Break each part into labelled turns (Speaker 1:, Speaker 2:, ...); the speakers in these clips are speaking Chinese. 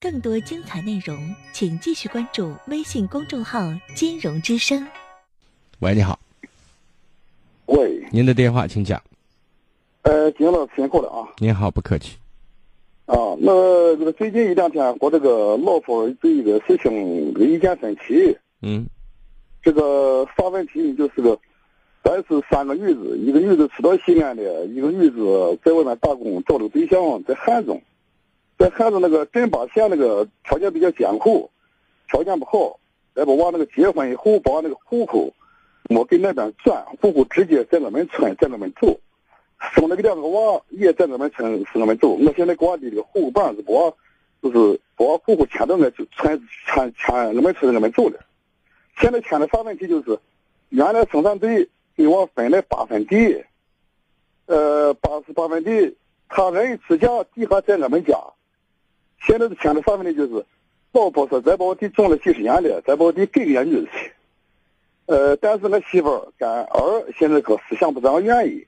Speaker 1: 更多精彩内容，请继续关注微信公众号“金融之声
Speaker 2: 喂，你好，
Speaker 3: 喂，
Speaker 2: 您的电话请讲。
Speaker 3: 呃，行了，钱够了啊
Speaker 2: 您好，不客气。
Speaker 3: 啊！那么这个最近一两天，啊我这个老婆儿对这个事情这个意见分歧。
Speaker 2: 嗯
Speaker 3: 这个啥问题呢？就是个，咱是三个女子，一个女子是到西安的，一个女子在外面打工找了个对象，在汉中，在汉中那个镇巴县那个条件比较艰苦，条件不好，再把娃那个结婚以后，把那个户口没给那边转，户口直接在我们村，在我们走，生了个两个娃也在我们村，是我们走。我现在给我的这个户口本子，把我就是把我户口迁到我就村迁迁我们村我们走了。现在牵的啥问题就是，原来生产队给我分了八分地，呃，八十八分地，他人一出嫁，地还在我们家。现在是牵的啥问题就是，老婆说咱把我地种了几十年了，咱把我地给人家女的去。呃，但是我媳妇儿干儿现在可思想不让愿意。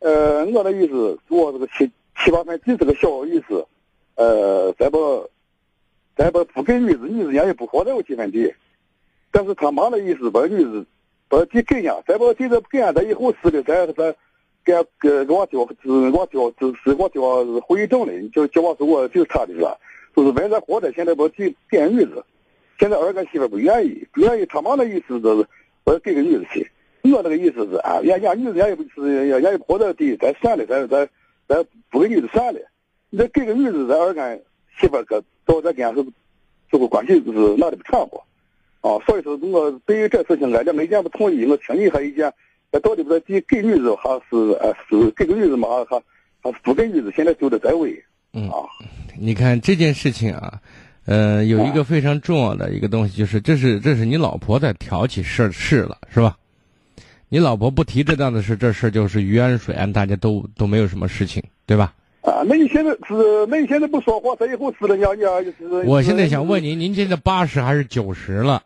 Speaker 3: 呃，我的意思，我这个七七八分地这个小意思，呃，咱把，咱把不给女子，女子人家也不活在我几分地。但是他妈的意思把女子把地给伢，再把地再不给伢，咱以后死了，咱咱给给给我爹是我爹就是我爹回正的，就叫我是我就是他的了，就是为咱活着，现在把地给人女子，现在儿跟媳妇不愿意，不愿意他妈的意思就是我给个女子去，我那个意思是啊，人家女子人家也不是人家也活着地，咱算了，咱咱咱不给女子算了，你再给个女子，咱儿跟媳妇跟到咱跟是这个关系就是哪里不畅和。啊，所以说我对于这事情来讲，意见不同意，我听你还意见，那到底不是给给女子还是呃是给个女子嘛，还还是不给女子？现在就在单位
Speaker 2: 嗯，
Speaker 3: 啊，
Speaker 2: 你看这件事情啊，呃，有一个非常重要的一个东西，就是这是这是你老婆在挑起事儿事了，是吧？你老婆不提这档子事，这事儿就是鱼安水安，大家都都没有什么事情，对吧？
Speaker 3: 啊，那你现在是那你现在不说话，咱以后死了娘娘就是。
Speaker 2: 我现在想问，您，您现在八十还是九十了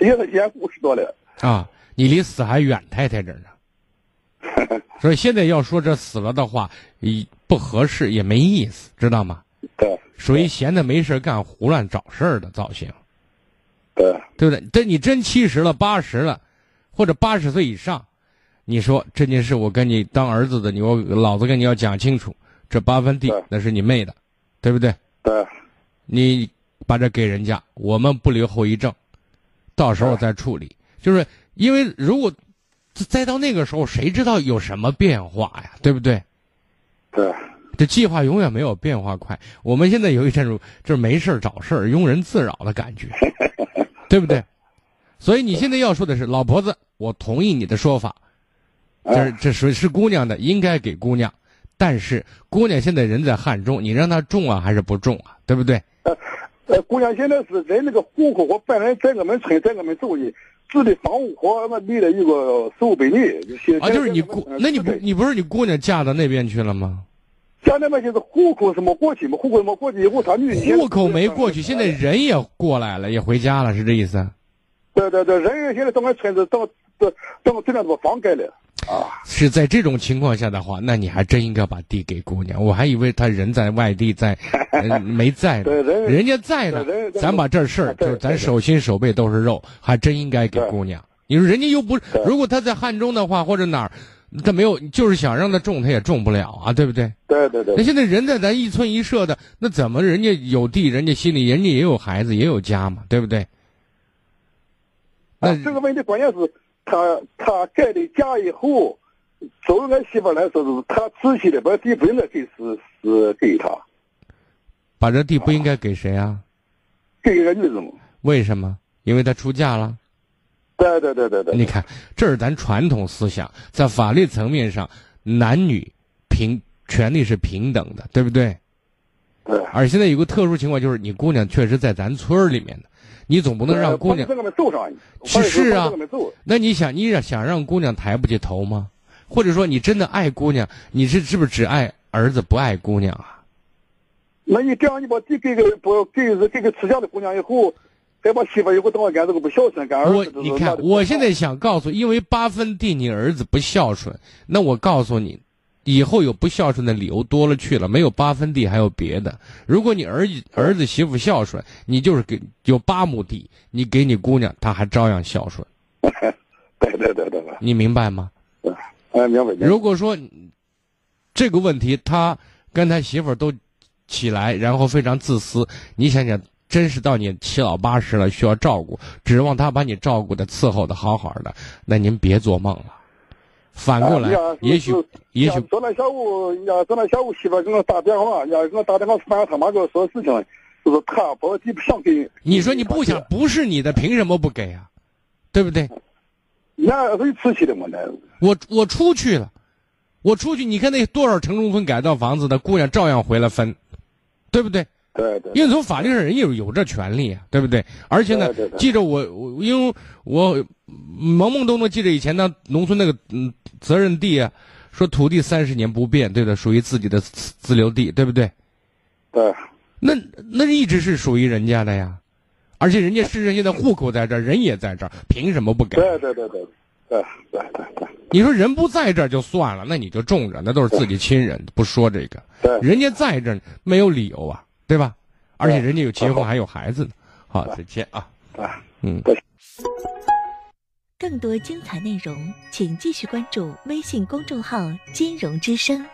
Speaker 3: 现在年五十多了，
Speaker 2: 啊？你离死还远太太着呢。所以现在要说这死了的话，一不合适也没意思，知道吗？
Speaker 3: 对
Speaker 2: 属于闲的没事儿干、胡乱找事儿的造型，
Speaker 3: 对
Speaker 2: 对不对？这你真七十了、八十了，或者八十岁以上，你说这件事我跟你当儿子的，你我老子跟你要讲清楚，这八分地
Speaker 3: 对
Speaker 2: 那是你妹的，对不对？
Speaker 3: 对
Speaker 2: 你把这给人家，我们不留后遗症，到时候再处理。就是因为如果再到那个时候，谁知道有什么变化呀？对不对？
Speaker 3: 对
Speaker 2: 这计划永远没有变化快。我们现在有一种就是没事儿找事儿、庸人自扰的感觉，对不对？所以你现在要说的是，老婆子，我同意你的说法，
Speaker 3: 啊哎
Speaker 2: 这是这属于是姑娘的，应该给姑娘。但是姑娘现在人在汉中，你让她中啊还是不中啊？对不对？
Speaker 3: 呃，姑娘现在是人那个户口，我本人在我们村，在我们手里。住的房屋和我离了有个四五百米，现
Speaker 2: 啊，就是你
Speaker 3: 在我们
Speaker 2: 姑
Speaker 3: 村，
Speaker 2: 那你
Speaker 3: 对
Speaker 2: 不你不是你姑娘嫁到那边去了吗？
Speaker 3: 家那边就是户口是没过去嘛，户口没过去以后，他女
Speaker 2: 户口没过去，现在人也过来了，也回家了，是这意思啊？
Speaker 3: 对对对，人家现在到俺村子到到到这两把房盖了啊，
Speaker 2: 是在这种情况下的话，那你还真应该把地给姑娘。我还以为她人在外地在， 呃、没在呢，
Speaker 3: 对人
Speaker 2: 人家在呢
Speaker 3: 对人。家
Speaker 2: 咱把这事儿，
Speaker 3: 对
Speaker 2: 就是咱
Speaker 3: 对
Speaker 2: 手心手背都是肉，还真应该给
Speaker 3: 对
Speaker 2: 姑娘。你说人家又不，如果她在汉中的话，或者哪儿，她没有，就是想让她种，她也种不了啊，对不对？
Speaker 3: 对对
Speaker 2: 那
Speaker 3: 对，
Speaker 2: 现在人在咱一村一社的，那怎么人家有地，人家心里人家也有孩子，也有家嘛，对不对？那、
Speaker 3: 啊、这个问题关键是他他盖的家以后，作为俺媳妇来说是他自己的，把地不应该给是是给他，
Speaker 2: 把这地不应该给谁啊？
Speaker 3: 给个女子嘛，
Speaker 2: 为什么？因为她出嫁了。
Speaker 3: 对对对对对，
Speaker 2: 你看，这是咱传统思想，在法律层面上，男女平权利是平等的，对不对？
Speaker 3: 对。
Speaker 2: 而现在有个特殊情况，就是你姑娘确实在咱村儿里面的，你总啊不能让姑娘
Speaker 3: 在。我们走上，
Speaker 2: 是是啊
Speaker 3: 我们走，
Speaker 2: 那你想，你想想让姑娘抬不起头吗？或者说，你真的爱姑娘，你是是不是只爱儿子不爱姑娘啊？
Speaker 3: 那你这样，你把地给个不给给个出嫁的姑娘以后，再把媳妇以后当俺这个不孝顺，俺儿
Speaker 2: 我
Speaker 3: 子就是
Speaker 2: 你
Speaker 3: 哪
Speaker 2: 看
Speaker 3: 里，不
Speaker 2: 我
Speaker 3: 好
Speaker 2: 现在想告诉，因为八分地你儿子不孝顺，那我告诉你，以后有不孝顺的理由多了去了，没有八分地还有别的。如果你儿子儿子媳妇孝顺，你就是给有八亩地，你给你姑娘，她还照样孝顺，
Speaker 3: 对对对对对，
Speaker 2: 你明白吗？
Speaker 3: 哎，明白明白。
Speaker 2: 如果说这个问题他跟他媳妇儿都起来，然后非常自私，你想想，真是到你七老八十了需要照顾，指望他把你照顾的伺候的好好的，那您别做梦了。反过来
Speaker 3: 哎呀，
Speaker 2: 也许
Speaker 3: 是是
Speaker 2: 也
Speaker 3: 呀
Speaker 2: 许
Speaker 3: 昨天下午，呀，昨天下午媳妇儿给我打电话，呀，给我打电话，反正他妈跟我说事情，就是他婆媳不想给。
Speaker 2: 你说你不想，不是你的，凭什么不给啊？对不对？
Speaker 3: 那是出去的嘛？那
Speaker 2: 我我出去了，我出去，你看那多少城中村改造房子的姑娘照样回来分，对不对？
Speaker 3: 对对
Speaker 2: 因为从法律上人有有这权利啊，对不对？而且呢
Speaker 3: 对对，对
Speaker 2: 记着我我因为我懵懵懂懂记着以前呢，农村那个嗯责任地啊，说土地三十年不变，对的，属于自己的自自留地，对不对？
Speaker 3: 对，
Speaker 2: 那那一直是属于人家的呀，而且人家是人家的户口在这儿，人也在这儿，凭什么不给？
Speaker 3: 对对对对对对对对
Speaker 2: 你说人不在这儿就算了，那你就种着，那都是自己亲人，不说这个。
Speaker 3: 对对，
Speaker 2: 人家在这儿没有理由啊，对吧？而且人家有结婚
Speaker 3: 好
Speaker 2: 还有孩子呢。好，再见啊。
Speaker 3: 啊。
Speaker 2: 嗯。
Speaker 1: 更多精彩内容，请继续关注微信公众号“金融之声”。